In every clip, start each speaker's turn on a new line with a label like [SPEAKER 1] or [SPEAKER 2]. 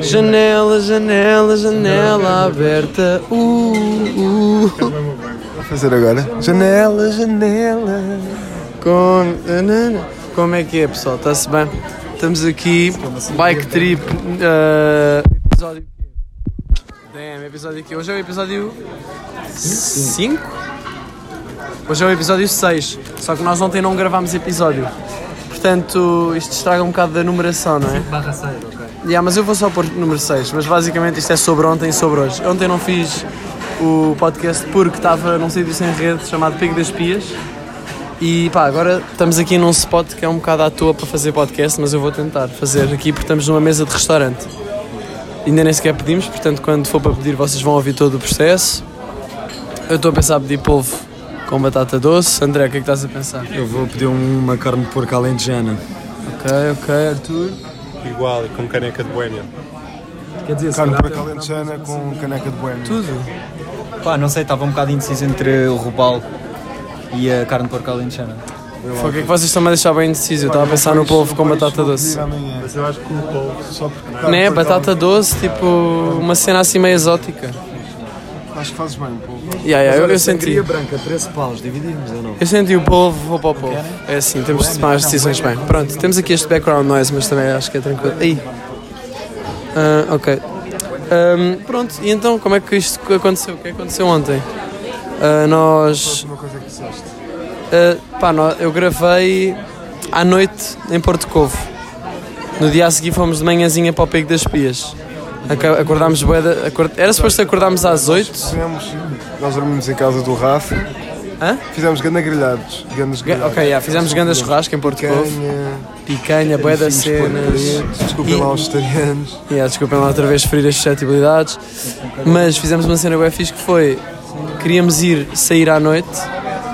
[SPEAKER 1] Janela, janela, janela aberta. Uh, uh.
[SPEAKER 2] fazer agora?
[SPEAKER 1] Janela, janela. Com... nanana. Como é que é, pessoal? Está-se bem? Estamos aqui, bike trip. ah, episódio. Damn, episódio aqui. Hoje é o episódio 5? Hoje é o episódio 6. Só que nós ontem não gravámos episódio. Portanto, isto estraga um bocado da numeração, não é?
[SPEAKER 3] Barra 6, ok.
[SPEAKER 1] Yeah, mas eu vou só pôr número 6, mas basicamente isto é sobre ontem e sobre hoje. Ontem não fiz o podcast porque estava num sítio sem rede chamado Pico das Pias. E pá, agora estamos aqui num spot que é um bocado à toa para fazer podcast, mas eu vou tentar fazer aqui porque estamos numa mesa de restaurante. Ainda nem sequer pedimos, portanto, quando for para pedir, vocês vão ouvir todo o processo. Eu estou a pensar em pedir polvo com batata doce. André, o que é que estás a pensar?
[SPEAKER 2] Eu vou pedir uma carne de porco alentejana.
[SPEAKER 1] Ok, ok, Arthur.
[SPEAKER 4] Igual, com caneca de boêmia.
[SPEAKER 3] Quer dizer, se
[SPEAKER 2] Carne de
[SPEAKER 3] calhar
[SPEAKER 2] porco
[SPEAKER 3] tem-
[SPEAKER 2] alentejana é com caneca de boêmio.
[SPEAKER 1] Tudo.
[SPEAKER 5] Pá, não sei, estava um bocado indeciso entre o robalo e a carne de porco alentejana.
[SPEAKER 1] Foi o que é que vocês estão a deixar bem indeciso? Eu estava a pensar no polvo um com batata doce.
[SPEAKER 2] é
[SPEAKER 4] Mas eu acho que o povo só porque não.
[SPEAKER 1] Né? Batata doce, tipo, uma cena assim meio exótica.
[SPEAKER 2] Acho que fazes bem, um povo.
[SPEAKER 1] Yeah, yeah, eu, eu senti.
[SPEAKER 2] Sangria branca, 13 paus, dividimos ou não?
[SPEAKER 1] Eu senti o polvo, vou para o polvo. É assim, temos de tomar as decisões bem. Pronto, temos aqui este background noise, mas também acho que é tranquilo. Aí. Ah, ok. Ahm, pronto, e então como é que isto aconteceu? O que é que aconteceu ontem? Ah, nós.
[SPEAKER 2] Uma coisa que disseste.
[SPEAKER 1] Uh, pá, nó- eu gravei à noite em Porto Covo. No dia a seguir fomos de manhãzinha para o Pico das Pias. Aca- Acordámos bué da- acor- Era suposto acordarmos às 8.
[SPEAKER 2] Fizemos, nós dormimos em casa do Rafa.
[SPEAKER 1] Hã?
[SPEAKER 2] Fizemos ganda grelhados. Gandas
[SPEAKER 1] Ga-
[SPEAKER 2] grelhados.
[SPEAKER 1] Ok, yeah, fizemos grande churrasco em Porto Covo.
[SPEAKER 2] Canha,
[SPEAKER 1] Picanha, bué da
[SPEAKER 2] finos
[SPEAKER 1] cenas.
[SPEAKER 2] porcos. Desculpem
[SPEAKER 1] E-
[SPEAKER 2] lá os vegetarianos.
[SPEAKER 1] Yeah, desculpem lá outra vez ferir as suscetibilidades, mas fizemos uma cena bué fixe que foi, queríamos ir sair à noite,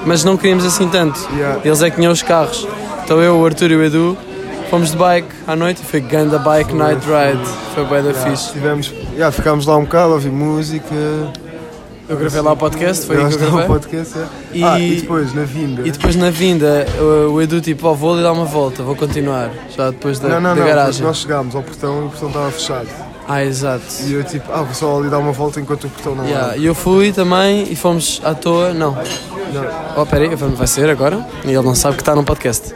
[SPEAKER 1] mas não queríamos assim tanto,
[SPEAKER 2] Yeah.
[SPEAKER 1] eles é que tinham os carros, então eu, o Arthur e o Edu fomos de bike à noite e foi ganda bike night ride, foi bué da Ah, fixe.
[SPEAKER 2] Tivemos, yeah, ficámos lá um bocado, ouvi música.
[SPEAKER 1] Eu gravei lá o podcast, foi aí que eu
[SPEAKER 2] Gravaste lá um
[SPEAKER 1] gravei.
[SPEAKER 2] podcast, é.
[SPEAKER 1] E-
[SPEAKER 2] Ah, e depois, na vinda.
[SPEAKER 1] E depois na vinda, o- o Edu tipo, ó, vou ali dar uma volta, vou continuar, já depois da,
[SPEAKER 2] Não, não,
[SPEAKER 1] da
[SPEAKER 2] não,
[SPEAKER 1] garagem.
[SPEAKER 2] nós chegámos ao portão e o portão estava fechado.
[SPEAKER 1] Ah, exato.
[SPEAKER 2] E eu tipo, ah, vou só ali dar uma volta enquanto o portão não
[SPEAKER 1] Yeah,
[SPEAKER 2] abre.
[SPEAKER 1] e eu fui também e fomos à toa. Não. Oh, peraí, vai ser agora? E ele não sabe que está num podcast.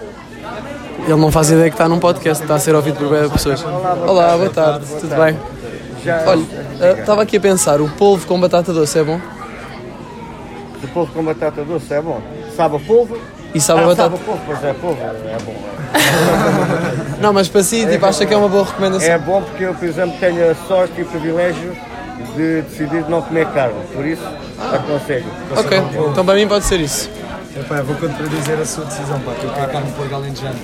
[SPEAKER 1] Ele não faz ideia que está num podcast, está a ser ouvido por várias pessoas. Olá, boa tarde, tudo bem? Olha, eh, estava aqui a pensar, o polvo com batata doce é bom?
[SPEAKER 6] De polvo com batata doce é bom. Sabe a polvo?
[SPEAKER 1] E sabe a
[SPEAKER 6] Ah,
[SPEAKER 1] batata?
[SPEAKER 6] Sabe a polvo, pois é, polvo é bom.
[SPEAKER 1] Não, mas para si, tipo, acha que é uma boa recomendação?
[SPEAKER 6] É bom porque eu, por exemplo, tenho a sorte e o privilégio de decidir não comer carne. Por isso, aconselho.
[SPEAKER 1] Ok, então para mim pode ser isso.
[SPEAKER 3] Epá, eu vou contradizer a sua decisão, pá, que eu quero carne de porco alentejana.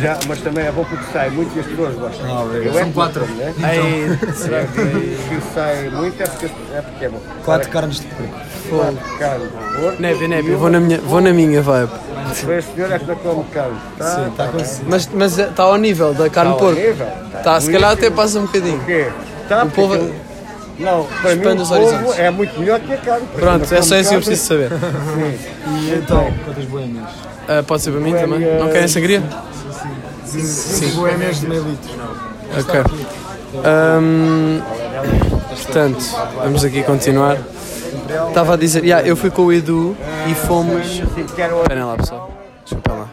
[SPEAKER 6] Já, mas também é bom porque sai muito e as pessoas gostam.
[SPEAKER 3] Não, obrigado.
[SPEAKER 6] Eu
[SPEAKER 3] São
[SPEAKER 6] é que
[SPEAKER 3] quatro.
[SPEAKER 6] gosto, né?
[SPEAKER 1] Então, Ai,
[SPEAKER 6] Se sai muito é porque é, porque é bom.
[SPEAKER 3] Quatro carnes de porco.
[SPEAKER 6] Quatro de carne. de porco.
[SPEAKER 1] neve, neve, vou na minha, vou na minha vibe.
[SPEAKER 6] Foi a senhora é que não come carne. Tá?
[SPEAKER 3] Sim, está conseguido.
[SPEAKER 1] Mas eh, está ao nível da carne de porco.
[SPEAKER 6] horrível.
[SPEAKER 1] Está, se calhar até passa um bocadinho.
[SPEAKER 6] Porquê? Tá,
[SPEAKER 1] O polvo-
[SPEAKER 6] porque aquilo- Não, para mim
[SPEAKER 1] Expande
[SPEAKER 6] o
[SPEAKER 1] os
[SPEAKER 6] polvo
[SPEAKER 1] horizontes.
[SPEAKER 6] é muito melhor que a carne. porque
[SPEAKER 1] Pronto,
[SPEAKER 6] eu
[SPEAKER 1] é só
[SPEAKER 6] não como
[SPEAKER 1] isso que eu
[SPEAKER 6] carne.
[SPEAKER 1] preciso saber.
[SPEAKER 3] E então, quantas boêmias?
[SPEAKER 1] Ah, pode ser para mim também?
[SPEAKER 6] Boêmias.
[SPEAKER 1] Não querem sangria?
[SPEAKER 3] Sim. boêmias de meio litro.
[SPEAKER 1] Ok. Ahm, portanto, vamos aqui continuar. Estava a dizer, yeah, eu fui com o Edu e fomos.
[SPEAKER 6] Sim, quero
[SPEAKER 1] Esperem lá, pessoal. Desculpem lá.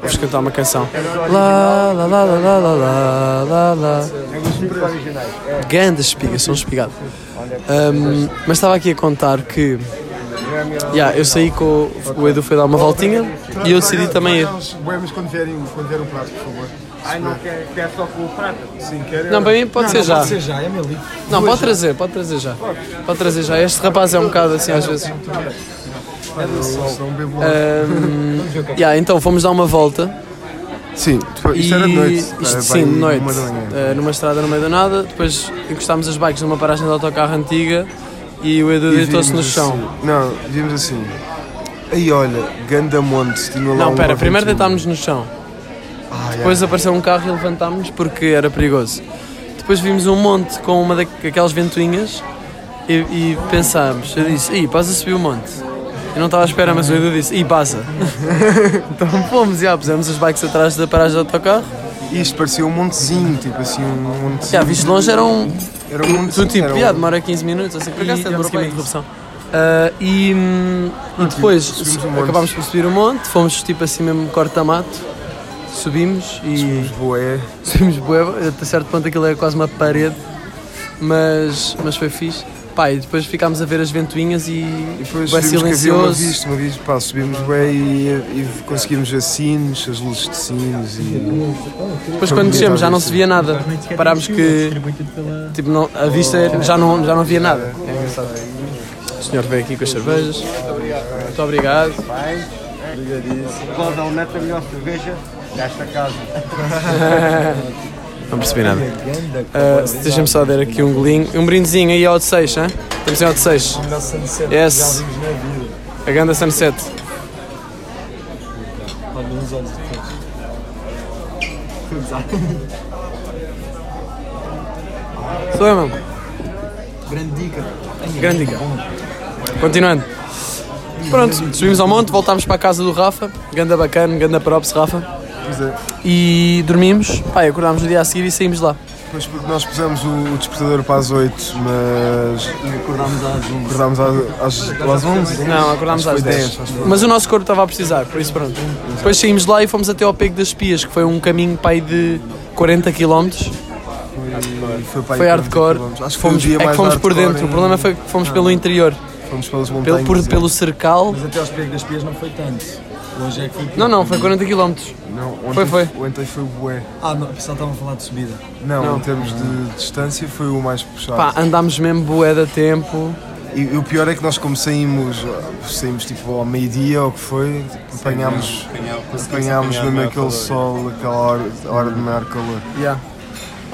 [SPEAKER 1] Vamos cantar uma canção. Lá, lá, lá, lá, lá, lá, lá, lá, lá.
[SPEAKER 6] originais. É,
[SPEAKER 1] Grandes espigas, são espigado. Ahm, mas estava aqui a contar que. Yeah, eu saí com. O o Edu foi dar uma voltinha e eu decidi também ir.
[SPEAKER 2] Boemos quando vierem quando vier o um, prato, por favor.
[SPEAKER 6] ai, É, não quer, quer só com o prato.
[SPEAKER 2] Sim, querem.
[SPEAKER 1] Não, para mim pode ser já.
[SPEAKER 3] Pode ser já, é meio litro.
[SPEAKER 1] Não, pode trazer, pode trazer já. Pode trazer já. Este rapaz é um bocado assim às vezes.
[SPEAKER 2] Não bebo
[SPEAKER 1] Eh,
[SPEAKER 2] lá.
[SPEAKER 1] Ahm, yeah, então fomos dar uma volta.
[SPEAKER 2] Sim, depois, isto era de noite. Eh,
[SPEAKER 1] Isto,
[SPEAKER 2] vai-
[SPEAKER 1] sim, de
[SPEAKER 2] vai
[SPEAKER 1] noite.
[SPEAKER 2] uma da manhã.
[SPEAKER 1] Eh, numa estrada no meio da nada. Depois encostámos as bikes numa paragem de autocarro antiga e o Edu
[SPEAKER 2] E
[SPEAKER 1] deitou-se no
[SPEAKER 2] vimos assim-
[SPEAKER 1] chão.
[SPEAKER 2] Não, vimos assim. Aí olha, Gandamonte, tinha lá
[SPEAKER 1] Não,
[SPEAKER 2] um
[SPEAKER 1] pera,
[SPEAKER 2] ouvinte
[SPEAKER 1] primeiro
[SPEAKER 2] meu.
[SPEAKER 1] deitámos no chão.
[SPEAKER 2] Ah,
[SPEAKER 1] Depois apareceu um carro e levantámos-nos porque era perigoso. Depois vimos um monte com uma daquelas ventoinhas e, e pensámos, eu disse, ih, passa a subir o monte. Eu não estava à espera, mas o Edu disse, ih, passa. então fomos, já pusemos os bikes atrás da paragem do autocarro
[SPEAKER 2] Isto parecia um montezinho, tipo assim, um montezinho.
[SPEAKER 1] Já, visto de longe era um.
[SPEAKER 2] Era um
[SPEAKER 1] Tu
[SPEAKER 2] montezinho.
[SPEAKER 1] tipo,
[SPEAKER 2] era um-
[SPEAKER 1] já, demora 15 minutos, assim, por acaso
[SPEAKER 5] E
[SPEAKER 1] até
[SPEAKER 5] demorou
[SPEAKER 1] demorou para
[SPEAKER 5] bem
[SPEAKER 1] interrupção. Ah, e, hum, e depois
[SPEAKER 2] subimos um monte.
[SPEAKER 1] acabámos por subir o monte, fomos tipo assim mesmo corta-mato, subimos e
[SPEAKER 2] Bué.
[SPEAKER 1] subimos bué, até certo ponto aquilo era quase uma parede, mas, mas foi fixe. Pá, e depois ficámos a ver as ventoinhas e,
[SPEAKER 2] E depois
[SPEAKER 1] bué
[SPEAKER 2] vimos que havia uma
[SPEAKER 1] silencioso.
[SPEAKER 2] vista, uma vista, pá, subimos bem e, e conseguimos ver sinos, as luzes de sinos
[SPEAKER 1] Uhum.
[SPEAKER 2] e...
[SPEAKER 1] Depois quando descemos já não se via nada. Parámos que tipo, não, a
[SPEAKER 2] Oh.
[SPEAKER 1] vista já não, já não via nada. É engraçado. O senhor veio aqui com as cervejas. Muito obrigado.
[SPEAKER 6] Cláudio Almeida, um a melhor cerveja desta casa.
[SPEAKER 1] Não percebi nada. Uh, Deixa-me só dar aqui um golinho. Um brindezinho aí ao de 6, hein? Estamos em ao de 6.
[SPEAKER 3] Melhor
[SPEAKER 1] Yes.
[SPEAKER 3] sunset que já vimos na vida.
[SPEAKER 1] A Ganda Sunset.
[SPEAKER 3] Olha nos olhos de todos.
[SPEAKER 1] Sou eu, mano. Grande dica. Continuando. Pronto, subimos ao monte, voltámos para a casa do Rafa. Ganda bacana, ganda props, Rafa.
[SPEAKER 2] Pois é.
[SPEAKER 1] E dormimos. Pá, e acordámos no dia a seguir e saímos lá.
[SPEAKER 2] Pois porque nós pusemos o, o despertador para as 8, mas acordámos às 11. Acordámos às, às, às 11?
[SPEAKER 1] Não, acordámos
[SPEAKER 2] Acho
[SPEAKER 1] às
[SPEAKER 2] que foi
[SPEAKER 1] 10.
[SPEAKER 2] 10, acho que foi.
[SPEAKER 1] Mas o nosso corpo estava a precisar, por isso pronto. Depois saímos de lá e fomos até ao Pego das Pias, que foi um caminho pai de 40 km.
[SPEAKER 2] E para aí
[SPEAKER 1] Foi
[SPEAKER 2] que
[SPEAKER 1] hardcore.
[SPEAKER 2] fomos. Acho que foi o
[SPEAKER 1] Fomos,
[SPEAKER 2] dia
[SPEAKER 1] é que
[SPEAKER 2] mais
[SPEAKER 1] fomos por
[SPEAKER 2] hardcore
[SPEAKER 1] dentro. O
[SPEAKER 2] em- Ah.
[SPEAKER 1] problema foi que fomos pelo interior,
[SPEAKER 2] Fomos pelas
[SPEAKER 1] pelo,
[SPEAKER 2] montanhas.
[SPEAKER 1] por-
[SPEAKER 2] é.
[SPEAKER 1] pelo cercal.
[SPEAKER 3] Mas até aos pregos das pias não foi tanto. Hoje é que foi.
[SPEAKER 1] Não, não, foi 40 km.
[SPEAKER 2] Não,
[SPEAKER 1] Foi,
[SPEAKER 2] ontem,
[SPEAKER 1] foi.
[SPEAKER 2] Ontem foi bué.
[SPEAKER 3] Ah, não, pessoal estavam a falar de subida.
[SPEAKER 2] Não,
[SPEAKER 1] Não.
[SPEAKER 2] em termos de distância foi o mais puxado.
[SPEAKER 1] Pá, andámos mesmo bué da tempo.
[SPEAKER 2] E, e o pior é que nós como saímos, saímos tipo ao meio-dia ou o que foi, apanhámos,
[SPEAKER 4] Apanhar- conseguimos
[SPEAKER 2] apanhámos
[SPEAKER 4] apanhar
[SPEAKER 2] mesmo
[SPEAKER 4] maior
[SPEAKER 2] aquele
[SPEAKER 4] calor.
[SPEAKER 2] sol, aquela hora, hora de maior calor.
[SPEAKER 1] Yeah.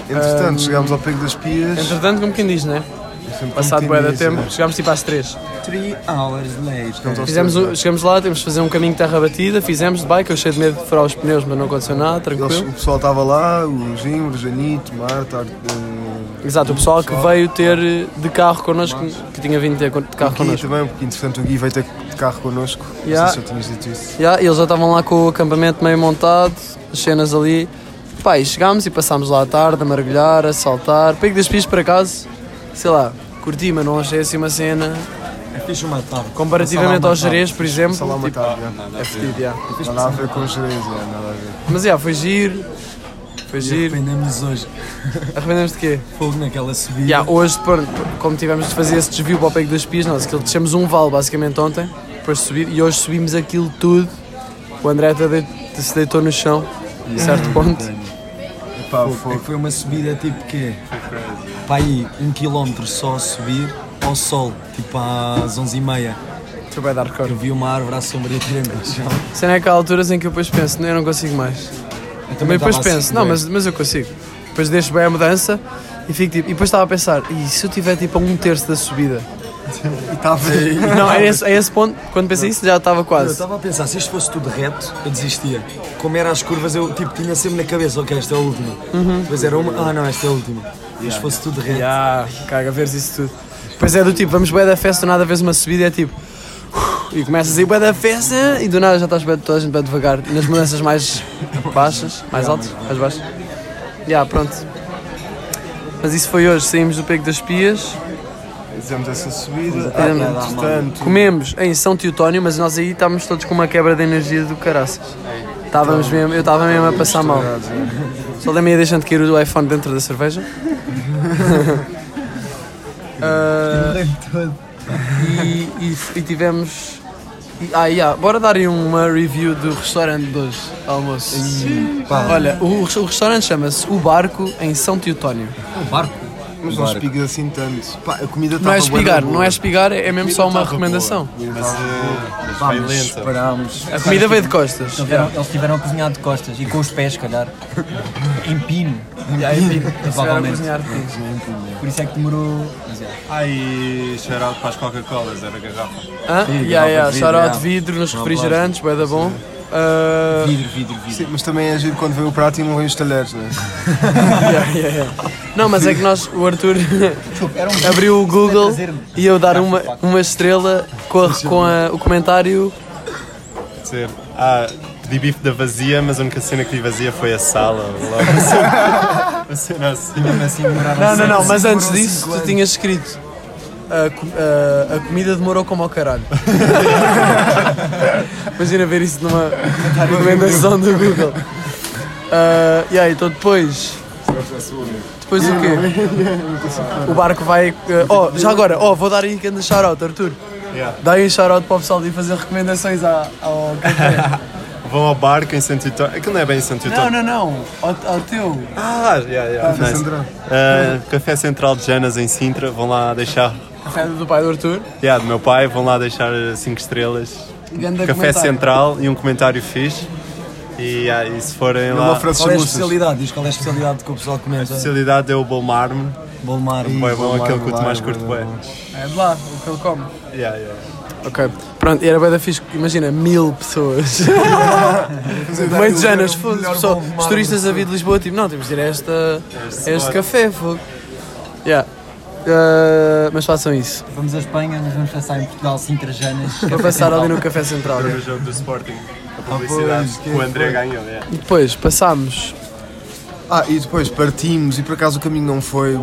[SPEAKER 2] Entretanto, chegámos ao Pego das Pias.
[SPEAKER 1] Entretanto, como quem diz, né?
[SPEAKER 2] sempre como
[SPEAKER 1] Passado
[SPEAKER 2] quem
[SPEAKER 1] bué da
[SPEAKER 2] diz,
[SPEAKER 1] tempo,
[SPEAKER 2] né?
[SPEAKER 1] chegámos tipo às 3.
[SPEAKER 3] Three hours
[SPEAKER 2] Chegámos
[SPEAKER 3] later.
[SPEAKER 2] ao
[SPEAKER 1] Fizemos,
[SPEAKER 2] centro.
[SPEAKER 1] o- chegamos lá, temos de fazer um caminho de terra batida, fizemos de bike, eu cheio de medo de furar os pneus, mas não aconteceu nada,
[SPEAKER 2] Eles-
[SPEAKER 1] tranquilo.
[SPEAKER 2] o pessoal estava lá, o Jim, o Janito, Marta, Ar- eh,
[SPEAKER 1] Exato, o pessoal que veio ter eh, de carro connosco, que tinha vindo ter con- de carro
[SPEAKER 2] o Gui
[SPEAKER 1] connosco.
[SPEAKER 2] também, porque entretanto o Gui veio ter de carro connosco.
[SPEAKER 1] Yeah.
[SPEAKER 2] Não sei se já tinhas dito isso.
[SPEAKER 1] Yeah, eles já estavam lá com o acampamento meio montado, as cenas ali. Pá, e chegámos e passámos lá à tarde a mergulhar, a saltar. Pico das Pias, por acaso, sei lá, curti, mas não achei assim uma cena.
[SPEAKER 3] Fiz É uma tarde.
[SPEAKER 1] Comparativamente ao Jerez, por
[SPEAKER 2] Está lá
[SPEAKER 1] exemplo,
[SPEAKER 2] uma
[SPEAKER 1] tipo,
[SPEAKER 2] tarde, já.
[SPEAKER 1] é fedido, yeah.
[SPEAKER 2] nada a ver com os Jerez, já, nada a ver.
[SPEAKER 1] Mas, yeah, foi giro, foi giro.
[SPEAKER 3] Arrependemos-nos hoje.
[SPEAKER 1] Arrependemos de quê?
[SPEAKER 3] Fogo naquela subida.
[SPEAKER 1] Yeah, hoje, pronto, como tivemos de fazer esse desvio para o Pego das Pias, nós aquilo descemos um vale basicamente ontem, depois de subir, e hoje subimos aquilo tudo. O André até deit- se deitou no chão, a certo ponto.
[SPEAKER 2] Pá,
[SPEAKER 3] Fogo. É
[SPEAKER 2] foi
[SPEAKER 3] que foi uma subida tipo quê? Para aí, um quilómetro só a subir ao sol, tipo às 11h30.
[SPEAKER 1] Tu vai dar cor.
[SPEAKER 3] Eu vi uma árvore à sombra e tirei-me do chão.
[SPEAKER 1] Sendo é que há alturas em que eu depois penso, não, eu não consigo mais.
[SPEAKER 3] Eu
[SPEAKER 1] Também depois
[SPEAKER 3] estava
[SPEAKER 1] penso,
[SPEAKER 3] assim,
[SPEAKER 1] não,
[SPEAKER 3] bué.
[SPEAKER 1] mas, mas eu consigo. Depois deixo bem a mudança e fico tipo. E depois estava a pensar, e se eu tiver tipo a um terço da subida? não, a esse, a esse ponto, quando pensei isso, já estava
[SPEAKER 3] Eu
[SPEAKER 1] quase.
[SPEAKER 3] estava a pensar, se isto fosse tudo reto, eu desistia. Como era as curvas, eu tipo, tinha sempre na cabeça, ok, esta é a última.
[SPEAKER 1] Uhum.
[SPEAKER 3] Depois era uma, ah não, esta é a última. Mas se fosse tudo reto.
[SPEAKER 1] Ah, caga, veres isso tudo. Pois é, do tipo, vamos bem da festa, do nada vês uma subida e é tipo. E começas a ir bem da festa e do nada já estás bem, toda a gente bem devagar. Nas mudanças mais baixas, mais altas, mais baixas. Já, pronto. Mas isso foi hoje, saímos do Pego das Pias.
[SPEAKER 2] fizemos essa subida.
[SPEAKER 1] Ah, não,
[SPEAKER 2] Ah, entretanto,
[SPEAKER 1] Comemos em São Teutónio, mas nós aí estávamos todos com uma quebra de energia do caraças. Estávamos mesmo, eu estava mesmo a passar mal. Só da meia deixando de cair o iPhone dentro da cerveja. Ah, e, e- e tivemos. e- ah, yeah, bora dar aí uma review do restaurante de hoje, almoço.
[SPEAKER 3] pá.
[SPEAKER 1] Olha, o, o restaurante chama-se O Barco em São Teutónio.
[SPEAKER 3] O barco.
[SPEAKER 2] mas não espigas assim tanto. Pá, a comida
[SPEAKER 1] Não
[SPEAKER 2] estava
[SPEAKER 1] é espigar, não é espigar, é mesmo só uma recomendação.
[SPEAKER 4] Mas, eh, mas vai
[SPEAKER 5] Vamos,
[SPEAKER 4] lenta.
[SPEAKER 5] esperámos.
[SPEAKER 1] A comida veio de costas.
[SPEAKER 5] Eles tiveram, eles tiveram a cozinhar de costas e com os pés, se calhar. Em pino. Provavelmente. Por isso é que demorou. Mas é.
[SPEAKER 4] Ai, shout-out para as Coca-Colas, era garrafa.
[SPEAKER 1] Hã?
[SPEAKER 5] Sim,
[SPEAKER 1] Ah, Yeah,
[SPEAKER 5] garrafa
[SPEAKER 1] yeah,
[SPEAKER 5] de vidro,
[SPEAKER 1] Sarau de
[SPEAKER 5] yeah.
[SPEAKER 1] vidro nos
[SPEAKER 5] Não há
[SPEAKER 1] refrigerantes, bué da bom. Ah,
[SPEAKER 5] Vidro, vidro, vidro.
[SPEAKER 2] Sim, mas também é giro quando vem o prato e não vem os talheres, não é?
[SPEAKER 1] yeah, yeah, yeah. Não, mas é que nós, o Arthur abriu o Google e eu dar uma, uma estrela com, a- com a- o comentário
[SPEAKER 4] Quer dizer, ah, pedi bife da vazia, mas a única cena que vi vazia foi a sala. Lá, uma cena- uma cena assim.
[SPEAKER 5] Mesmo assim demorava
[SPEAKER 1] Não, não,
[SPEAKER 5] sempre.
[SPEAKER 1] não, mas
[SPEAKER 5] Demorou
[SPEAKER 1] antes disso
[SPEAKER 5] cinco
[SPEAKER 1] tu
[SPEAKER 5] anos.
[SPEAKER 1] tinhas escrito a, co- a- a comida demorou como ao caralho. Imagina ver isso numa recomendação do Google. Ah, e aí, então depois. Depois o quê? O barco vai. ah, oh, já agora, oh, vou dar aí grande shoutout, Arthur.
[SPEAKER 4] Yeah.
[SPEAKER 1] Dá aí um shoutout para o pessoal de fazer recomendações à- ao.
[SPEAKER 4] Vão ao barco em Santo Itónio. Aquilo não é bem em Santo Itónio.
[SPEAKER 1] Não, não, não, ao, ao teu.
[SPEAKER 4] Ah, yeah, yeah. Nice. Ah, Café Central de Janas em Sintra. Vão lá deixar.
[SPEAKER 1] A fenda do pai do Arthur.
[SPEAKER 4] Yeah, do meu pai. Vão lá deixar 5 estrelas.
[SPEAKER 1] Ganda
[SPEAKER 4] Café
[SPEAKER 1] comentário.
[SPEAKER 4] Central e um comentário fixe. E, ah, e se forem
[SPEAKER 2] Não
[SPEAKER 4] lá.
[SPEAKER 2] ofereces
[SPEAKER 5] Qual é a
[SPEAKER 2] chamuças.
[SPEAKER 5] especialidade? Diz qual é a especialidade que o pessoal
[SPEAKER 4] A
[SPEAKER 5] comenta?
[SPEAKER 4] especialidade é o bolo mármore.
[SPEAKER 5] Bolmar.
[SPEAKER 4] Bom, é bom
[SPEAKER 2] bolo
[SPEAKER 4] aquele que o
[SPEAKER 2] mármore,
[SPEAKER 4] Tomás
[SPEAKER 2] lá,
[SPEAKER 4] curte
[SPEAKER 2] bom,
[SPEAKER 4] bem.
[SPEAKER 1] É de lá, o que ele come.
[SPEAKER 4] Yeah, yeah.
[SPEAKER 1] Ok. Pronto, e era bem da fixe, imagina, mil pessoas. Meio de janas, foda-se, pessoal, os turistas a vir de Lisboa, tipo, não, temos de ir a esta,
[SPEAKER 2] É
[SPEAKER 1] a este
[SPEAKER 4] spot.
[SPEAKER 1] café, fogo. Yeah. Ah, mas façam isso.
[SPEAKER 5] Vamos à Espanha, mas vamos passar em Portugal Sintra Janas.
[SPEAKER 1] Vou passar ali no Café Central.
[SPEAKER 4] Para É o jogo do Sporting. A publicidade que o André ganhou. Yeah.
[SPEAKER 1] E depois passámos.
[SPEAKER 2] Ah, e depois partimos e por acaso o caminho não foi,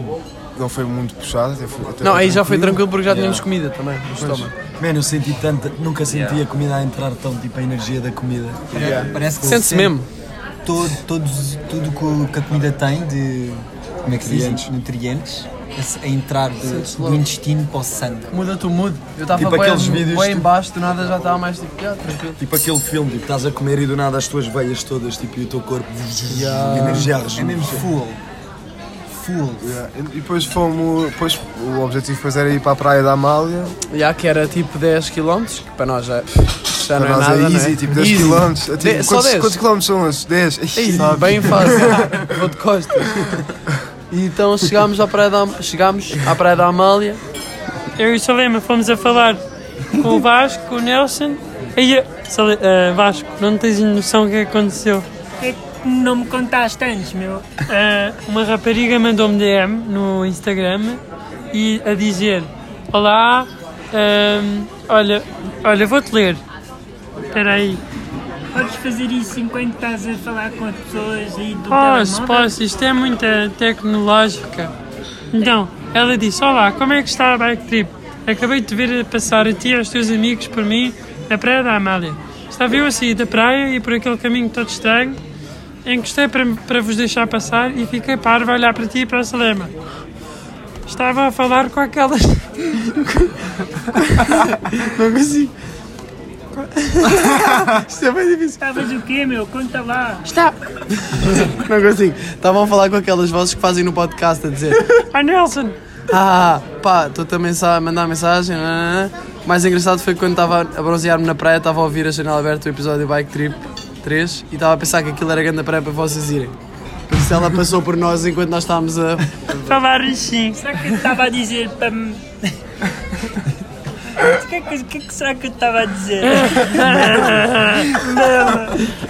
[SPEAKER 2] não foi muito puxado. Até foi, até
[SPEAKER 1] Não, aí já foi tranquilo porque já tínhamos comida também no estômago.
[SPEAKER 5] Mano, eu senti tanto, nunca senti a comida a entrar tão, tipo, a energia da comida. Parece que
[SPEAKER 1] Sente-se
[SPEAKER 5] sempre
[SPEAKER 1] mesmo.
[SPEAKER 5] Todo, todos, tudo que o- que a comida tem de como é que se diz? nutrientes a se- a entrar de- do intestino para o sangue.
[SPEAKER 1] Muda-te o mood. Eu estava
[SPEAKER 3] Tipo aqueles vídeos
[SPEAKER 1] bem
[SPEAKER 3] tipo-
[SPEAKER 1] embaixo, do nada já estava mais tipo, yeah, tranquilo.
[SPEAKER 3] Tipo aquele filme, tipo, estás a comer e do nada as tuas veias todas, tipo, e o teu corpo energiados.
[SPEAKER 5] É mesmo full. Full.
[SPEAKER 2] Yeah. E depois fomos. Depois, o objetivo depois era ir para a praia da Amália.
[SPEAKER 1] Já que era tipo 10km, que para nós já, já
[SPEAKER 2] Para
[SPEAKER 1] não é
[SPEAKER 2] nós
[SPEAKER 1] nada.
[SPEAKER 2] é
[SPEAKER 1] não
[SPEAKER 2] easy, tipo 10
[SPEAKER 1] Easy.
[SPEAKER 2] km.
[SPEAKER 1] De-
[SPEAKER 2] Tipo,
[SPEAKER 1] só
[SPEAKER 2] quantos,
[SPEAKER 1] 10.
[SPEAKER 2] quantos quilómetros são esses? 10. Ih,
[SPEAKER 1] Ei,
[SPEAKER 2] sabe.
[SPEAKER 1] bem fácil. Vou de costas. E então chegámos à Praia da, chegámos à praia da Amália.
[SPEAKER 7] eu e o Salema fomos a falar com o Vasco, com o Nelson. E eu, Sale- ah, Vasco, não tens noção o que aconteceu. É que não me contaste antes, meu. Ah, uma rapariga mandou-me DM no Instagram e a dizer: Olá, ahm, olha, olha, vou-te ler. Espera aí.
[SPEAKER 8] Podes fazer isso enquanto estás a falar com as pessoas aí do
[SPEAKER 7] Posso,
[SPEAKER 8] telemóvel?
[SPEAKER 7] posso, isto é muita tecnológica. Então, ela disse: Olá, como é que está a bike trip? Acabei de te ver a passar a ti e aos teus amigos por mim na Praia da Amália. Estava eu a sair da praia e por aquele caminho todo estranho, encostei para, para vos deixar passar e fiquei parvo a olhar para ti e para a Salema. Estava a falar com aquelas.
[SPEAKER 1] Não consigo. Isto é bem difícil.
[SPEAKER 8] Estavas o quê, meu? Conta lá.
[SPEAKER 1] Não consigo. Estavam a falar com aquelas vozes que fazem no podcast a dizer
[SPEAKER 7] Ah, Nelson!
[SPEAKER 1] Ah, pá, estou também a mandar mensagem. ah, ah, ah." O mais engraçado foi quando estava a bronzear-me na praia, estava a ouvir a janela aberta o episódio de Bike Trip 3 e estava a pensar que aquilo era grande praia para vocês irem. Por isso ela passou por nós enquanto nós estávamos a
[SPEAKER 8] Falar assim. Será que eu estava a dizer para me... O que, é que, o que é que será que eu estava a dizer? merda!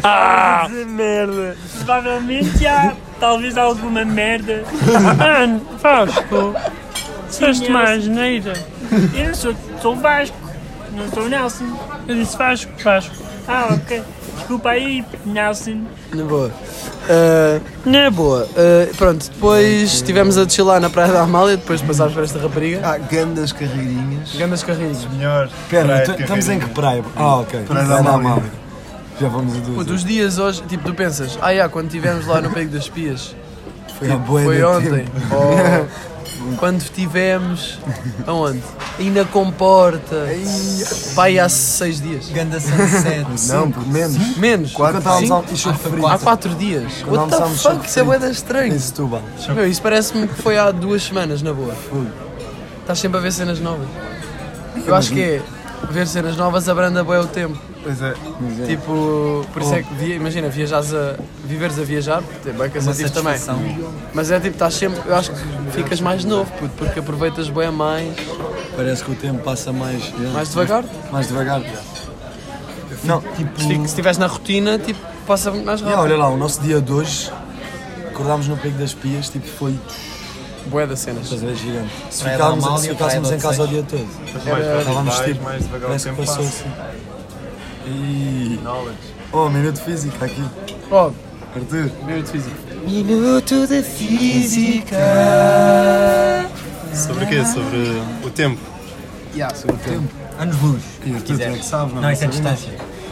[SPEAKER 8] Ah. merda! Provavelmente há talvez alguma merda.
[SPEAKER 7] Mano, Vasco! Foste
[SPEAKER 8] Nelson.
[SPEAKER 7] mais neira.
[SPEAKER 8] Eu não sou, sou Vasco, não sou Nelson.
[SPEAKER 7] Eu disse: Vasco, Vasco.
[SPEAKER 8] Ah, ok. Desculpa aí, Nelson.
[SPEAKER 1] Na boa. Ah, na boa. Ah, pronto, depois estivemos a desfilar na Praia da Amália, depois passámos por esta rapariga.
[SPEAKER 2] Ah, gandas carreirinhas.
[SPEAKER 1] Grandes carrinhos.
[SPEAKER 4] Melhor.
[SPEAKER 3] Espera, t- estamos em que praia? Ah, ok. Praia
[SPEAKER 2] da Amália.
[SPEAKER 3] Já vamos a duas.
[SPEAKER 1] Puto, os dias hoje, tipo, tu pensas, ah, yeah, quando estivemos lá no Pego das Pias,
[SPEAKER 3] Foi, a boa
[SPEAKER 1] foi
[SPEAKER 3] da
[SPEAKER 1] ontem.
[SPEAKER 3] tempo.
[SPEAKER 1] Ou quando estivemos, aonde? Ainda comporta. Pai, há seis dias.
[SPEAKER 5] Ganda sunset.
[SPEAKER 2] Não, por menos.
[SPEAKER 1] Menos.
[SPEAKER 3] Quando estávamos
[SPEAKER 1] Cinco?
[SPEAKER 3] ao- e choco frito.
[SPEAKER 1] Há quatro dias.
[SPEAKER 3] Quando
[SPEAKER 1] What the
[SPEAKER 3] almoçámos
[SPEAKER 1] fuck? Isso
[SPEAKER 3] choco
[SPEAKER 1] é
[SPEAKER 3] frito.
[SPEAKER 1] boeda estranho.
[SPEAKER 3] Em Setúbal.
[SPEAKER 1] Meu, isso parece-me que foi há duas semanas, na boa. Estás sempre a ver cenas novas. Eu acho que é ver cenas novas abranda bem o tempo.
[SPEAKER 2] Pois é.
[SPEAKER 1] Tipo, por isso é que, via- imagina, viajares a, viveres a viajar, puto, é bem cansativo também. Mas é tipo, estás sempre, eu acho que ficas mais novo, puto, porque aproveitas bem mais,
[SPEAKER 3] Parece que o tempo passa mais. yeah,
[SPEAKER 1] mais devagar.
[SPEAKER 3] mais devagar. yeah. Não, tipo.
[SPEAKER 1] Se fic- se estiveres na rotina, tipo, passa muito mais
[SPEAKER 3] Yeah,
[SPEAKER 1] rápido.
[SPEAKER 3] olha lá, o nosso dia de hoje, acordámos no Pico das Pias, tipo, foi.
[SPEAKER 1] Boé das cenas.
[SPEAKER 3] Estás a ver, é gigante. Se assim,
[SPEAKER 5] Praia da
[SPEAKER 3] ficássemos,
[SPEAKER 5] Amália,
[SPEAKER 3] se ficássemos
[SPEAKER 5] Praia
[SPEAKER 3] em
[SPEAKER 5] do
[SPEAKER 3] casa o dia todo,
[SPEAKER 4] Mais
[SPEAKER 3] estávamos
[SPEAKER 4] devagar,
[SPEAKER 3] tipo.
[SPEAKER 4] mais devagar o
[SPEAKER 3] Parece que
[SPEAKER 4] tempo
[SPEAKER 3] passou
[SPEAKER 4] passa.
[SPEAKER 3] assim. E.
[SPEAKER 4] Knowledge.
[SPEAKER 3] Oh, minuto física aqui.
[SPEAKER 1] Oh,
[SPEAKER 3] Arthur.
[SPEAKER 1] minuto físico.
[SPEAKER 5] Minuto da física.
[SPEAKER 4] Sobre o quê? Sobre o tempo.
[SPEAKER 5] Anos-luz, se
[SPEAKER 3] Arthur, tu é
[SPEAKER 5] quiser.
[SPEAKER 3] que sabes,
[SPEAKER 5] Não, isso é distância.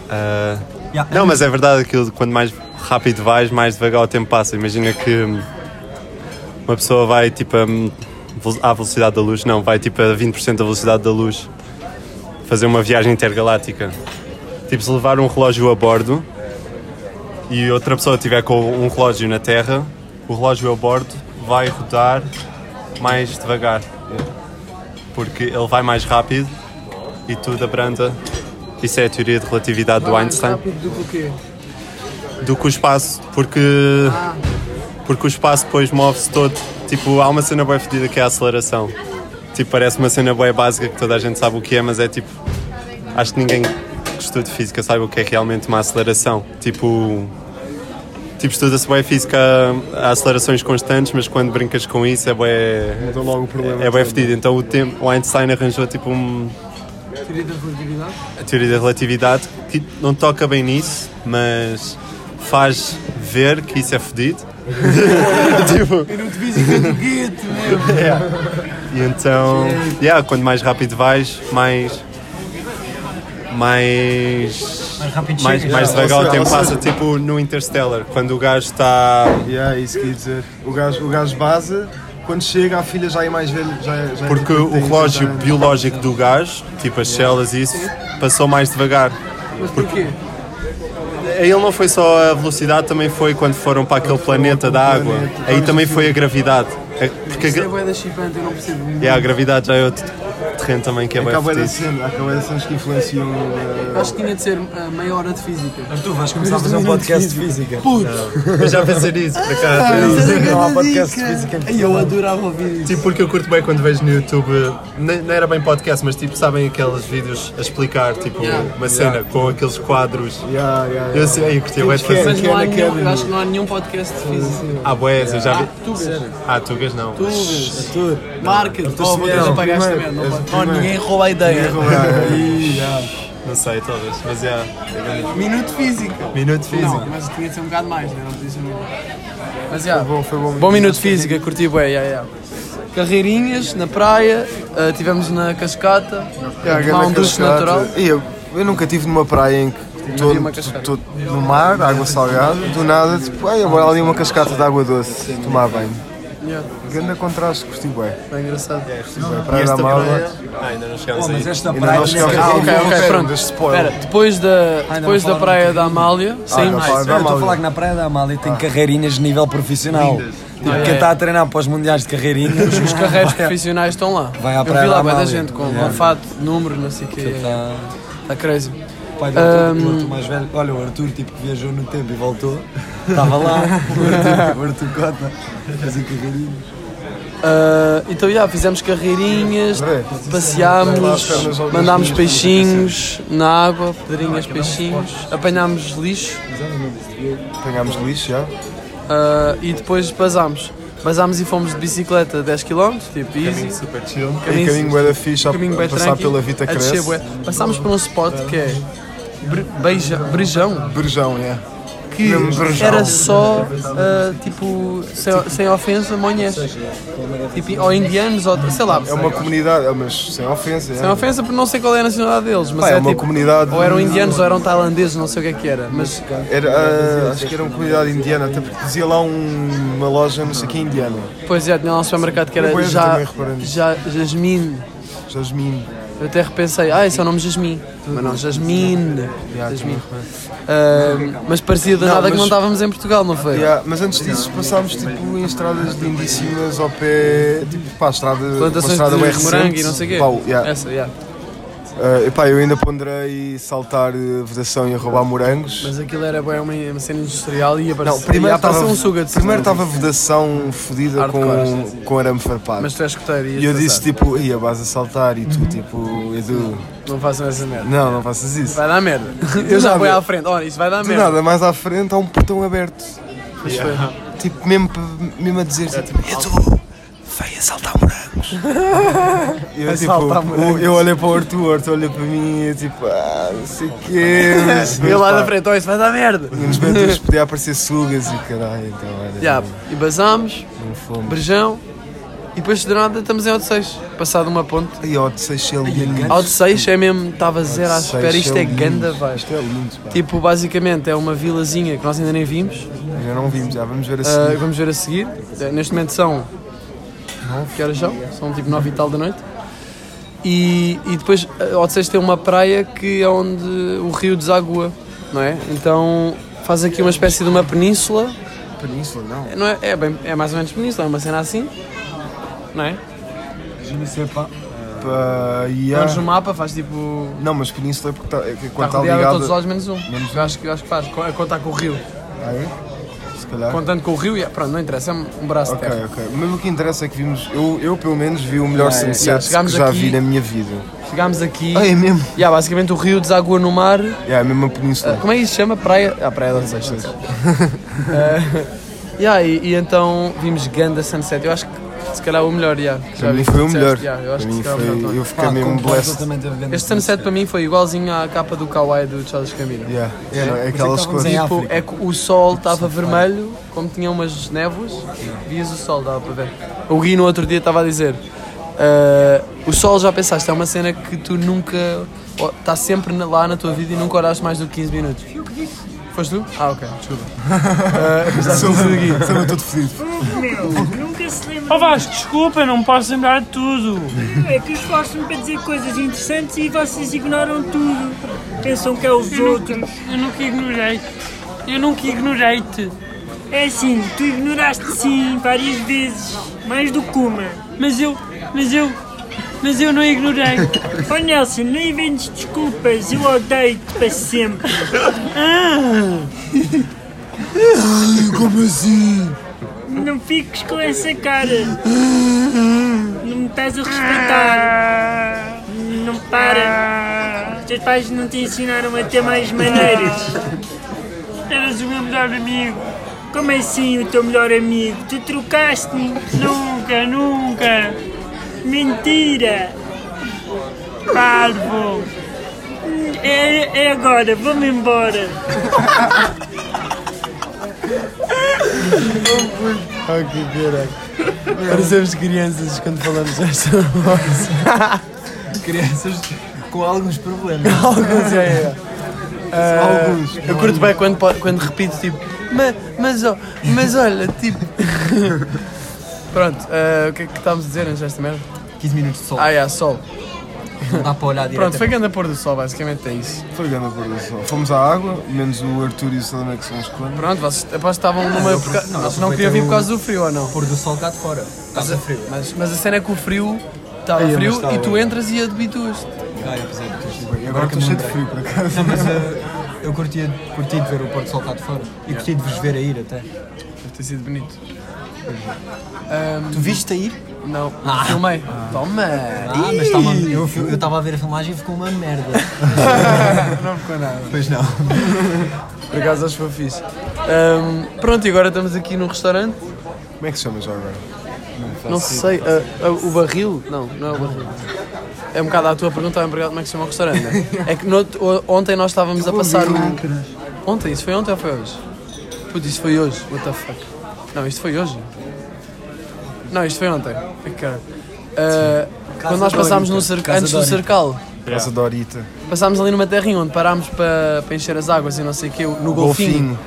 [SPEAKER 4] Ah,
[SPEAKER 5] Ya,
[SPEAKER 4] Não, mas é verdade aquilo, quanto mais rápido vais, mais devagar o tempo passa. Imagina que hum, uma pessoa vai tipo a, hum, vel- à velocidade da luz, não, vai tipo a 20% da velocidade da luz fazer uma viagem intergaláctica. Tipo, se levar um relógio a bordo e outra pessoa tiver com um relógio na Terra, o relógio a bordo vai rodar mais devagar. Porque ele vai mais rápido e tudo abranda. Isso é a teoria de relatividade do Einstein do que o espaço, porque, porque o espaço depois move-se todo. Tipo, há uma cena bem fedida que é a aceleração. Tipo, parece uma cena bem básica que toda a gente sabe o que é, mas é tipo. Acho que ninguém que estuda física sabe o que é realmente uma aceleração. Tipo. Tipo, estuda-se bem física a acelerações constantes, mas quando brincas com isso é bem.
[SPEAKER 2] Então logo o problema.
[SPEAKER 4] É bem fedido. Então o, tempo, o Einstein arranjou tipo um,
[SPEAKER 1] Teoria da relatividade?
[SPEAKER 4] a teoria da relatividade que não toca bem nisso, mas faz ver que isso é fedido. tipo,
[SPEAKER 1] Minuto físico é do gueto, meu.
[SPEAKER 4] É. e então, yeah, quando mais rápido vais, mais. Mais.
[SPEAKER 5] Mais rápido
[SPEAKER 4] Mais,
[SPEAKER 5] chega.
[SPEAKER 4] mais
[SPEAKER 5] Já.
[SPEAKER 4] devagar o
[SPEAKER 2] Ah, Ou
[SPEAKER 4] tempo
[SPEAKER 2] seja-
[SPEAKER 4] passa, tipo no Interstellar, quando o gajo está.
[SPEAKER 2] Yeah, isso que ia dizer. O gajo, o gajo baza, quando chega a filha já é mais velha. Já é, já é
[SPEAKER 4] Porque
[SPEAKER 2] tem
[SPEAKER 4] o
[SPEAKER 2] 80
[SPEAKER 4] relógio
[SPEAKER 2] anos.
[SPEAKER 4] biológico do gajo, tipo as células e isso, passou mais devagar.
[SPEAKER 1] Mas porquê?
[SPEAKER 4] A Ele não foi só a velocidade, também foi quando foram para aquele planeta da água. Aí também foi a gravidade. É- Porque a,
[SPEAKER 1] Isso é
[SPEAKER 4] gra-
[SPEAKER 1] bué da chipante, eu não percebo.
[SPEAKER 4] é, a gravidade já é outro terreno também que é bem
[SPEAKER 2] Acaba de
[SPEAKER 4] fedido.
[SPEAKER 2] cena, acaba de cenas que influenciam. eh,
[SPEAKER 1] Acho que tinha de ser a meia hora de física.
[SPEAKER 3] Arthur, vais começar a fazer um podcast de física.
[SPEAKER 4] Eu já pensei nisso, por
[SPEAKER 1] Ah,
[SPEAKER 4] acaso.
[SPEAKER 1] é-
[SPEAKER 3] Não há podcast de física em
[SPEAKER 1] Eu adorava ouvir isso.
[SPEAKER 4] Tipo, porque eu curto bem quando vejo no YouTube, nem- não era bem podcast, mas tipo, sabem aqueles vídeos a explicar, tipo,
[SPEAKER 1] Yeah.
[SPEAKER 4] uma cena com aqueles quadros.
[SPEAKER 2] yeah, yeah,
[SPEAKER 4] Eu sei, eu curti, eu acho que
[SPEAKER 1] Mas não
[SPEAKER 2] é
[SPEAKER 1] há nenhum, eu acho que não há nenhum podcast de física.
[SPEAKER 4] Ah, boés, eu já vi.
[SPEAKER 1] Tu vês?
[SPEAKER 4] Ah, tugas não.
[SPEAKER 1] Tu vês? Marca, tu vou ter de
[SPEAKER 2] Não,
[SPEAKER 1] apagar esta
[SPEAKER 2] primeiro,
[SPEAKER 1] merda. não
[SPEAKER 2] esse
[SPEAKER 1] pode. Oh, ninguém rouba a ideia.
[SPEAKER 4] Não sei, talvez, mas é.
[SPEAKER 1] Minuto físico.
[SPEAKER 4] Minuto físico.
[SPEAKER 1] Não, mas tinha de ser um bocado mais, né? não podia ser muito. Mas já.
[SPEAKER 2] Bom, foi bom.
[SPEAKER 1] Bom minuto física, curti bem, já, já. Carreirinhas na praia, ah, tivemos na cascata,
[SPEAKER 2] Yeah,
[SPEAKER 1] tomar um
[SPEAKER 2] grande
[SPEAKER 1] duche
[SPEAKER 2] cascata.
[SPEAKER 1] natural.
[SPEAKER 2] E eu, eu nunca estive numa praia em que estou
[SPEAKER 1] havia uma cascata.
[SPEAKER 2] no mar, água salgada, do nada, tipo, ai, agora ali uma cascata de água doce, tomar banho.
[SPEAKER 1] Yeah,
[SPEAKER 2] Grande contraste, gostei bem.
[SPEAKER 1] bem engraçado.
[SPEAKER 2] Praia da Malva.
[SPEAKER 4] Ah, ainda
[SPEAKER 5] Oh,
[SPEAKER 4] não chegámos
[SPEAKER 3] Mas
[SPEAKER 5] é
[SPEAKER 4] aí.
[SPEAKER 3] esta
[SPEAKER 2] Ainda não
[SPEAKER 3] praia
[SPEAKER 2] chegámos
[SPEAKER 1] Ah, ok, ok, pronto. Espera,
[SPEAKER 2] Spoiler.
[SPEAKER 1] depois da, depois da praia da
[SPEAKER 2] Ah,
[SPEAKER 1] Amália, saímos.
[SPEAKER 2] da praia da
[SPEAKER 3] Eu estou a
[SPEAKER 2] Amália.
[SPEAKER 3] falar que na Praia da Amália tem carreirinhas de nível profissional. Tipo,
[SPEAKER 1] Ah, é.
[SPEAKER 3] quem está a treinar para os mundiais de carreirinhas.
[SPEAKER 1] Os carreiros profissionais estão lá.
[SPEAKER 3] Ah. Vai à
[SPEAKER 1] Eu
[SPEAKER 3] praia
[SPEAKER 1] vi lá
[SPEAKER 3] da
[SPEAKER 1] bué da
[SPEAKER 3] Amália.
[SPEAKER 1] gente com
[SPEAKER 3] Yeah.
[SPEAKER 1] Lofato, número, não sei o quê.
[SPEAKER 3] Tá.
[SPEAKER 1] Está crazy.
[SPEAKER 3] O pai do Arthur,
[SPEAKER 1] Ahm.
[SPEAKER 3] o Arthur mais velho. Olha, o Arthur tipo, viajou no tempo e voltou. Estava lá. O Arthur, o Arthur Cota. Fazer carreirinhas.
[SPEAKER 1] Ah, então, já, fizemos carreirinhas,
[SPEAKER 2] Vê.
[SPEAKER 1] passeámos,
[SPEAKER 2] Lá as pernas ao
[SPEAKER 1] mandámos
[SPEAKER 2] lixo.
[SPEAKER 1] peixinhos na água, pedrinhas, peixinhos, apanhámos lixo
[SPEAKER 2] Apanhámos lixo já.
[SPEAKER 1] ah, e depois basámos. Basámos e fomos de bicicleta 10km, tipo easy.
[SPEAKER 4] Super chill.
[SPEAKER 2] E caminho bué da fixe a,
[SPEAKER 1] caminho
[SPEAKER 2] a
[SPEAKER 1] bem
[SPEAKER 2] passar
[SPEAKER 1] tranquilo,
[SPEAKER 2] pela Vita
[SPEAKER 1] a descer, bué.
[SPEAKER 2] Cresce.
[SPEAKER 1] Passámos por um spot que é Bre- Beija, Brejão,
[SPEAKER 2] Brejão, yeah.
[SPEAKER 1] que
[SPEAKER 2] Mesmo Brejão.
[SPEAKER 1] era só, ah, tipo, sem, sem ofensa, monhés. Tipo, ou indianos, ou sei lá.
[SPEAKER 2] É uma comunidade, ah, mas sem ofensa.
[SPEAKER 1] Sem ofensa, porque não sei qual é a nacionalidade deles, mas
[SPEAKER 2] Pá,
[SPEAKER 1] é,
[SPEAKER 2] é uma
[SPEAKER 1] tipo,
[SPEAKER 2] comunidade.
[SPEAKER 1] Ou eram indianos ou eram tailandeses, não sei o que é que era. Mas
[SPEAKER 2] Era, ah, acho que era uma comunidade indiana, até porque dizia lá um- uma loja, não sei o que, indiana.
[SPEAKER 1] depois já tinha lá um supermercado que era
[SPEAKER 2] Depois eu
[SPEAKER 1] ja,
[SPEAKER 2] também reparei nisso.
[SPEAKER 1] ja, Jasmine.
[SPEAKER 2] Jasmine.
[SPEAKER 1] Eu até repensei, ah, esse é o nome Jasmine. Mas não, Jasmine. Jasmine. Ah, mas parecia de
[SPEAKER 2] Não,
[SPEAKER 1] nada que
[SPEAKER 2] mas-
[SPEAKER 1] não estávamos em Portugal, não foi?
[SPEAKER 2] Yeah, mas antes disso passámos tipo, em estradas lindíssimas ao pé, tipo, pá, estrada, uma
[SPEAKER 1] Plantações
[SPEAKER 2] estrada bem
[SPEAKER 1] de
[SPEAKER 2] recente.
[SPEAKER 1] morango e não sei o quê. É.
[SPEAKER 2] Pá, yeah.
[SPEAKER 1] Essa, yeah.
[SPEAKER 2] Ah, epá, eu ainda ponderei saltar eh, vedação e roubar morangos.
[SPEAKER 1] Mas aquilo era bem uma, uma cena industrial e ia aparecer,
[SPEAKER 2] Não, primeiro
[SPEAKER 1] ia aparecer
[SPEAKER 2] estava
[SPEAKER 1] um suga de
[SPEAKER 2] primeiro
[SPEAKER 1] certeza.
[SPEAKER 2] estava vedação fodida
[SPEAKER 1] Hardcore.
[SPEAKER 2] com, com arame farpado.
[SPEAKER 1] Mas tu és escoteiro
[SPEAKER 2] e eu disse tipo, ia vais a saltar e tu tipo, Edu,
[SPEAKER 1] Não façam essa merda.
[SPEAKER 2] não, não faças isso.
[SPEAKER 1] Vai dar merda. Eu já
[SPEAKER 2] nada.
[SPEAKER 1] fui à frente. Olha, isso vai dar
[SPEAKER 2] Do
[SPEAKER 1] merda.
[SPEAKER 2] nada, mais à frente há um
[SPEAKER 1] É tipo,
[SPEAKER 2] portão aberto. Tipo, mesmo, mesmo a dizer tipo, Edu, vem
[SPEAKER 4] vai assaltar morangos.
[SPEAKER 2] Eu, tipo, eu, eu olhei para o Arthur, o Arthur olha para mim e eu tipo, ah, não sei o quê. mas-
[SPEAKER 1] Ele lá
[SPEAKER 2] mas,
[SPEAKER 1] da
[SPEAKER 2] pá,
[SPEAKER 1] frente, oh, isso vai dar merda.
[SPEAKER 2] Nos Beatles podia aparecer sugas e caralho, então olha.
[SPEAKER 1] Já, e basámos,
[SPEAKER 2] Não fomos.
[SPEAKER 1] Brejão, e depois de nada estamos em Odisseis, passado uma ponte.
[SPEAKER 2] E ó, de seis é lindo.
[SPEAKER 1] Odisseis é mesmo, estava zero à espera,
[SPEAKER 2] Seixas
[SPEAKER 1] isto é
[SPEAKER 2] lindo.
[SPEAKER 1] ganda vibe.
[SPEAKER 2] Isto é lindo, pá.
[SPEAKER 1] Tipo, basicamente é uma vilazinha que nós ainda nem vimos,
[SPEAKER 2] Já não vimos, já vamos ver a
[SPEAKER 1] Ah,
[SPEAKER 2] seguir.
[SPEAKER 1] vamos ver a seguir. Eh, Neste momento são. Que horas são? São tipo 9 e tal da noite. E, e depois eh, Odisseus tem uma praia que é onde o rio deságua, não é? Então faz aqui uma espécie de uma península.
[SPEAKER 2] Península, não.
[SPEAKER 1] Não é, é, bem, é mais ou menos península, é uma cena assim. Não é?
[SPEAKER 2] Pá, yeah.
[SPEAKER 1] Vamos no mapa, faz tipo.
[SPEAKER 2] Não, mas Península é porque tá, é que
[SPEAKER 1] Está
[SPEAKER 2] É. quando está
[SPEAKER 1] rodeada a
[SPEAKER 2] ligada.
[SPEAKER 1] todos os lados menos um.
[SPEAKER 2] Menos
[SPEAKER 1] Eu acho, que- eu acho que faz, co- a contar com o rio.
[SPEAKER 2] Ah, é? Se calhar.
[SPEAKER 1] Contando com o rio, e é- pronto, não interessa, é um braço de
[SPEAKER 2] Ok,
[SPEAKER 1] terra.
[SPEAKER 2] ok. Mas o que interessa é que vimos. Eu, eu pelo menos vi o melhor
[SPEAKER 1] Yeah, yeah,
[SPEAKER 2] sunset
[SPEAKER 1] yeah. Ah, é. Chegámos
[SPEAKER 2] que já
[SPEAKER 1] aqui-
[SPEAKER 2] vi na minha vida.
[SPEAKER 1] Chegámos aqui.
[SPEAKER 2] Ah, é mesmo?
[SPEAKER 1] Yeah, basicamente o rio deságua no mar.
[SPEAKER 2] Yeah, é mesmo a
[SPEAKER 1] Ah,
[SPEAKER 2] península.
[SPEAKER 1] Como é que isso se chama? Praia. Ah, Praia de Odisseias. yeah, e, e então vimos Ganda Sunset. Eu acho que se calhar o melhor. Yeah, que já
[SPEAKER 2] Para mim
[SPEAKER 1] viste,
[SPEAKER 2] foi o
[SPEAKER 1] disseste,
[SPEAKER 2] melhor.
[SPEAKER 1] yeah, eu acho
[SPEAKER 2] Para
[SPEAKER 1] que
[SPEAKER 2] mim
[SPEAKER 1] se calhar o melhor Ah,
[SPEAKER 2] foi.
[SPEAKER 1] de
[SPEAKER 2] Eu fiquei mesmo blessed.
[SPEAKER 1] todos. Este Sunset para mim foi igualzinho à capa do Kawaii do Charles Camino.
[SPEAKER 2] Yeah,
[SPEAKER 1] é
[SPEAKER 2] yeah, aquelas
[SPEAKER 3] estávamos em
[SPEAKER 2] coisas.
[SPEAKER 1] Tipo,
[SPEAKER 3] África.
[SPEAKER 1] é que o sol estava
[SPEAKER 2] é
[SPEAKER 1] vermelho, como tinha umas névoas, vias o sol, dava para ver. O Gui no outro dia estava a dizer: "Ah, O sol já pensaste, é uma cena que tu nunca. está sempre na- lá na tua vida e nunca oraste mais do que 15 minutos. Foste tu? Ah, ok, desculpa. Ah, sou o Gui.
[SPEAKER 2] Estava todo fedido.
[SPEAKER 8] Meu, nunca se lembra.
[SPEAKER 7] Ó Oh, Vasco, desculpa, não posso lembrar de tudo.
[SPEAKER 8] É que eu esforço-me para dizer coisas interessantes e vocês ignoram tudo. Pensam que é os outros.
[SPEAKER 7] Eu nunca ignorei-te. Eu nunca ignorei-te.
[SPEAKER 8] É assim, tu ignoraste sim várias vezes. Mais do que uma.
[SPEAKER 7] Mas eu, mas eu, mas eu não ignorei.
[SPEAKER 8] Ó Nelson, não inventes assim, desculpas. Eu odeio-te para sempre.
[SPEAKER 2] Ah. Como assim?
[SPEAKER 8] Não fiques com essa cara. Não me estás a respeitar. Não para. Os teus pais não te ensinaram a ter mais maneiras.
[SPEAKER 7] Eras o meu melhor amigo.
[SPEAKER 8] Como assim o teu melhor amigo? Tu trocaste-me?
[SPEAKER 7] Nunca, nunca.
[SPEAKER 8] Mentira!
[SPEAKER 7] Parvo.
[SPEAKER 8] É, é agora, vamos embora.
[SPEAKER 2] Ai que caralho.
[SPEAKER 1] Parecemos crianças quando falamos esta
[SPEAKER 3] Crianças com alguns problemas.
[SPEAKER 1] Alguns, é, é. Ah,
[SPEAKER 2] Alguns.
[SPEAKER 1] Eu curto bem quando, po- quando repito, tipo, mas, mas, ó- mas olha, tipo. Pronto, ah, o que é que estávamos a dizer antes desta merda?
[SPEAKER 5] 15 minutos de sol.
[SPEAKER 1] Ah, é, sol.
[SPEAKER 5] Não dá para olhar direto.
[SPEAKER 1] Pronto, foi grande a pôr do sol, basicamente é isso.
[SPEAKER 2] Foi grande produção. Fomos à água, menos o Arthur e o Salame que são os clones.
[SPEAKER 1] Pronto, vocês aposto que estavam numa. Não, vocês não, queriam vir por causa do frio ou não?
[SPEAKER 5] Pôr do sol cá de fora. Está
[SPEAKER 1] Mas,
[SPEAKER 5] frio.
[SPEAKER 1] mas, mas a cena é que o frio estava
[SPEAKER 2] mas
[SPEAKER 1] frio
[SPEAKER 2] estava-
[SPEAKER 1] e tu entras e é adobituas.
[SPEAKER 5] Ai, apesar de tu-
[SPEAKER 2] E agora
[SPEAKER 5] que
[SPEAKER 2] estou
[SPEAKER 5] me
[SPEAKER 2] cheio de
[SPEAKER 5] lembrei.
[SPEAKER 2] frio por acaso.
[SPEAKER 5] Não, mas uh, eu curtia, curtia de ver o pôr do sol cá de fora. E curtia de vos ver a ir até.
[SPEAKER 1] Deve ter sido bonito.
[SPEAKER 5] Uhum.
[SPEAKER 1] Um,
[SPEAKER 5] Tu viste a ir?
[SPEAKER 1] Não, filmei. Toma!
[SPEAKER 5] Ah, mas estava eu fi- eu estava a ver a filmagem e ficou uma merda.
[SPEAKER 1] Não ficou nada.
[SPEAKER 5] Pois não.
[SPEAKER 1] Por acaso acho que foi fixe. Ahm, pronto, e agora estamos aqui num restaurante.
[SPEAKER 2] Como é que se chama já agora?
[SPEAKER 1] Não sei, ah, ah, o barril? Não, não é o barril. É um bocado à tua pergunta ao empregado como é que se chama o restaurante. né? É que no- o- ontem nós estávamos a passar o. Ontem? Isso foi ontem ou foi hoje? Putz, isso foi hoje. What the fuck? Não, isto foi hoje. Não, isto foi ontem. Ai, caralho. Ah, quando nós passámos no cerca- antes do cercal,
[SPEAKER 2] Casa Dorita.
[SPEAKER 1] passámos ali numa terrinha onde parámos para, para encher as águas e não sei o quê, no golfinho.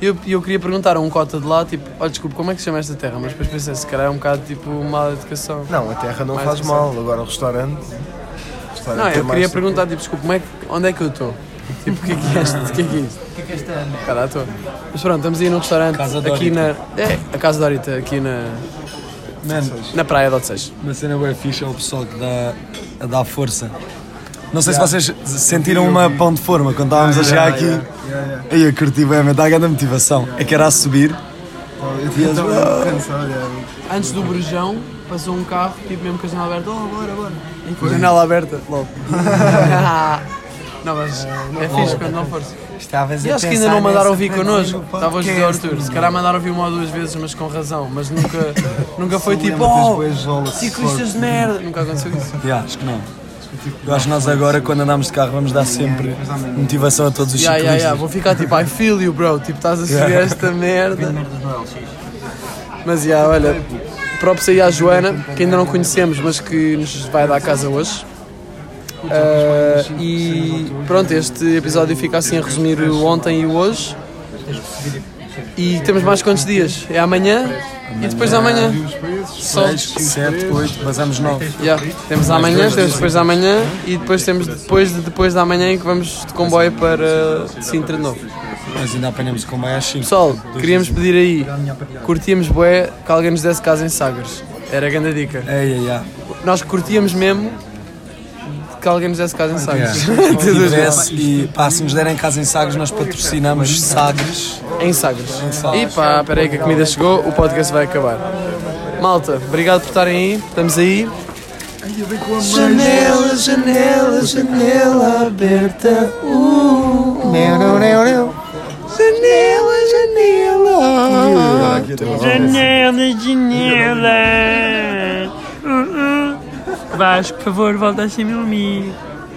[SPEAKER 1] E eu, e eu queria perguntar a um cota de lá, tipo, olha, desculpa, como é que se chama esta terra? Mas depois pensei, se calhar é um bocado tipo mal educação.
[SPEAKER 2] Não, a terra não
[SPEAKER 1] Mais
[SPEAKER 2] faz
[SPEAKER 1] interessante.
[SPEAKER 2] mal. Agora o restaurante. o restaurante
[SPEAKER 1] Não,
[SPEAKER 2] tem
[SPEAKER 1] eu
[SPEAKER 2] é mais
[SPEAKER 1] queria
[SPEAKER 2] sabor.
[SPEAKER 1] perguntar, tipo, desculpa, como é que, onde é que eu estou? Tipo, o que é que é isto? O que é que é isto? O que é que é esta? Cara, à toa. Mas pronto, estamos aí num restaurante
[SPEAKER 5] Casa da
[SPEAKER 1] aqui na. É, a Casa da Horita, aqui na,
[SPEAKER 3] Mano,
[SPEAKER 1] na praia de Odisseis.
[SPEAKER 3] uma cena bem fixe é o pessoal que dá, a dar força. Não sei se vocês sentiram uma pão de forma quando estávamos a chegar aqui. Aí eu curti bem, mas dá grande motivação. É que era a subir.
[SPEAKER 1] Oh,
[SPEAKER 3] "Ah,
[SPEAKER 2] Eu estava cansado, é.
[SPEAKER 1] Antes do Brejão, passou um carro, tipo mesmo com a janela aberta, oh, bora, bora. E com a janela aberta, logo. Não, mas é fixe quando não for.
[SPEAKER 3] Estavas
[SPEAKER 1] E
[SPEAKER 3] a
[SPEAKER 1] acho que ainda não mandaram ouvir connosco. Estava a dizer Arthur. Se calhar mandaram ouvir uma ou duas vezes, mas com razão. Mas nunca, nunca foi tipo, oh, ciclistas de merda. Nunca aconteceu isso.
[SPEAKER 3] Yeah, acho que não. Eu acho que nós agora, quando andamos de carro, vamos dar sempre motivação a todos os
[SPEAKER 1] Yeah, yeah,
[SPEAKER 3] ciclistas.
[SPEAKER 1] yeah. Vou ficar tipo, I feel you, bro. Tipo, estás a seguir esta merda. Mas, yeah, olha, próprio aí à Joana, que ainda não conhecemos, mas que nos vai dar casa hoje. Ah, e pronto, este episódio fica assim a resumir o ontem e o hoje. E temos mais quantos dias? É amanhã e depois de amanhã. Só.
[SPEAKER 3] 7, 8, vazamos 9.
[SPEAKER 1] Yeah. Temos amanhã, temos depois de amanhã e depois temos depois de depois de amanhã em que vamos de comboio para Sintra de novo.
[SPEAKER 3] Mas ainda apanhamos com mais 5.
[SPEAKER 1] Pessoal, queríamos pedir aí, curtíamos bué que alguém nos desse casa em Sagres. Era a grande dica.
[SPEAKER 3] Ei, ei, ei.
[SPEAKER 1] Nós curtíamos mesmo que alguém nos desse casa em Sagres.
[SPEAKER 3] Tivesse, e pá, se nos derem casa em Sagres, nós patrocinamos Sagres.
[SPEAKER 1] em Sagres. E
[SPEAKER 3] Sagres.
[SPEAKER 1] pá, peraí que a comida chegou, o podcast vai acabar. Malta, obrigado por estarem aí, estamos aí. Janela, janela, janela aberta. Uh, Janela, janela.
[SPEAKER 7] Janela, janela. Uh, uh. Vasco, por favor, volta a ser meu amigo.